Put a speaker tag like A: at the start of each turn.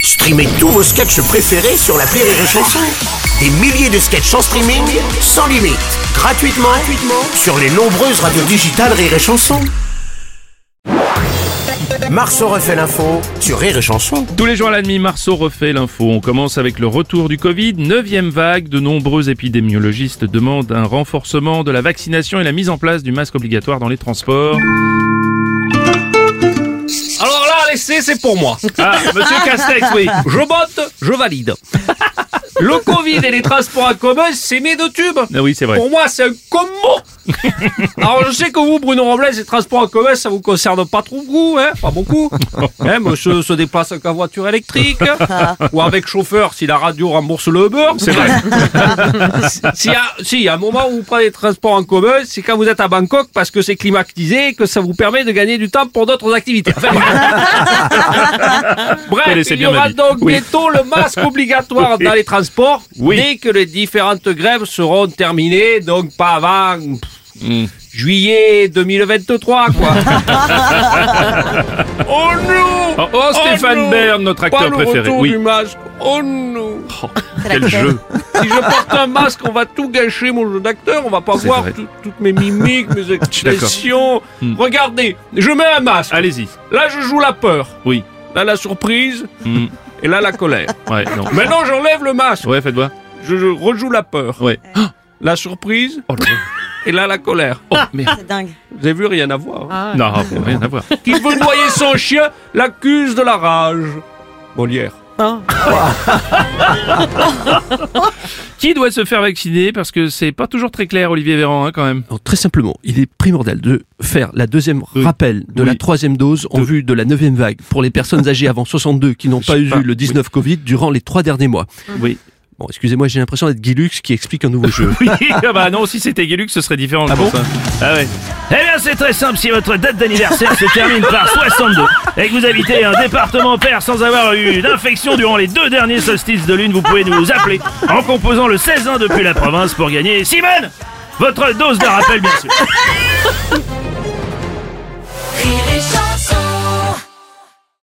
A: Streamez tous vos sketchs préférés sur la Rire et Chanson. Des milliers de sketchs en streaming, sans limite, gratuitement, gratuitement sur les nombreuses radios digitales Rire et Chanson. Marceau refait l'info sur Rire et Chanson.
B: Tous les jours à la demi, Marceau refait l'info. On commence avec le retour du Covid. Neuvième vague, de nombreux épidémiologistes demandent un renforcement de la vaccination et la mise en place du masque obligatoire dans les transports.
C: Alors là, laissez, c'est pour moi.
B: Ah, monsieur Castex, oui. Ah
C: Je vote, je valide. Le Covid et les transports en commun, c'est mes deux tubes.
B: Ah oui, c'est vrai.
C: Pour moi, c'est un combo. Alors, je sais que vous, Bruno Robles, les transports en commun, ça vous concerne pas trop beaucoup, hein Pas beaucoup. Hein, monsieur se déplace qu'à voiture électrique. ou avec chauffeur, si la radio rembourse le beurre.
B: C'est vrai.
C: S'il y, a- si, il y a un moment où vous prenez les transports en commun, c'est quand vous êtes à Bangkok parce que c'est climatisé et que ça vous permet de gagner du temps pour d'autres activités. Enfin, bref. Bref,
B: Connaissez
C: il y
B: bien ma
C: aura
B: vie.
C: donc
B: Oui.
C: bientôt le masque obligatoire
B: Oui.
C: dans les transports
B: Oui.
C: dès que les différentes grèves seront terminées, donc pas avant pff,
B: Hmm.
C: juillet 2023, quoi. oh non
B: Oh, oh, Stéphane
C: non
B: Bern, notre
C: Pas
B: acteur
C: le
B: préféré,
C: retour
B: oui.
C: du masque. Oh non
B: Quel jeu.
C: si je porte un masque, on va tout gâcher, mon jeu d'acteur. On va pas
B: C'est
C: voir
B: vrai.
C: tout- toutes mes mimiques, mes
B: d'accord. Hmm.
C: expressions. Regardez, je mets un masque.
B: Allez-y.
C: Là, je joue la peur.
B: Oui.
C: Là, la surprise.
B: Hmm.
C: Et là, la colère.
B: Ouais, non.
C: Maintenant, j'enlève le masque.
B: Ouais, faites voir.
C: Je, je rejoue la peur.
B: Ouais.
C: La surprise.
B: Oh, le-
C: Et là, la colère.
B: oh, merde.
D: C'est dingue.
C: Vous avez vu, rien à voir. hein.
B: Non, rien à voir.
C: Qui veut noyer son chien l'accuse de la rage. Molière.
B: Qui doit se faire vacciner Parce que c'est pas toujours très clair, Olivier Véran, hein, quand même.
E: Alors, très simplement, il est primordial de faire la deuxième
B: Oui.
E: rappel de la
B: Oui.
E: troisième dose en
B: De-
E: vue de la neuvième vague pour les personnes âgées avant 62 qui n'ont
B: Je sais
E: pas eu
B: pas.
E: le 19 Covid durant les trois derniers mois.
B: Oui.
E: Bon, excusez-moi, j'ai l'impression d'être Guilux qui explique un nouveau jeu.
B: Oui, ah bah non, si c'était Guélux, ce serait différent. je
E: Ah
B: pense,
E: bon
B: hein. Ah ouais. Eh bien, c'est très simple. Si votre date d'anniversaire se termine par 62 et que vous habitez un département père sans avoir eu d'infection durant les deux derniers solstices de lune, vous pouvez nous appeler en composant le 16-1 depuis la province pour gagner Simone Votre dose de rappel, bien sûr.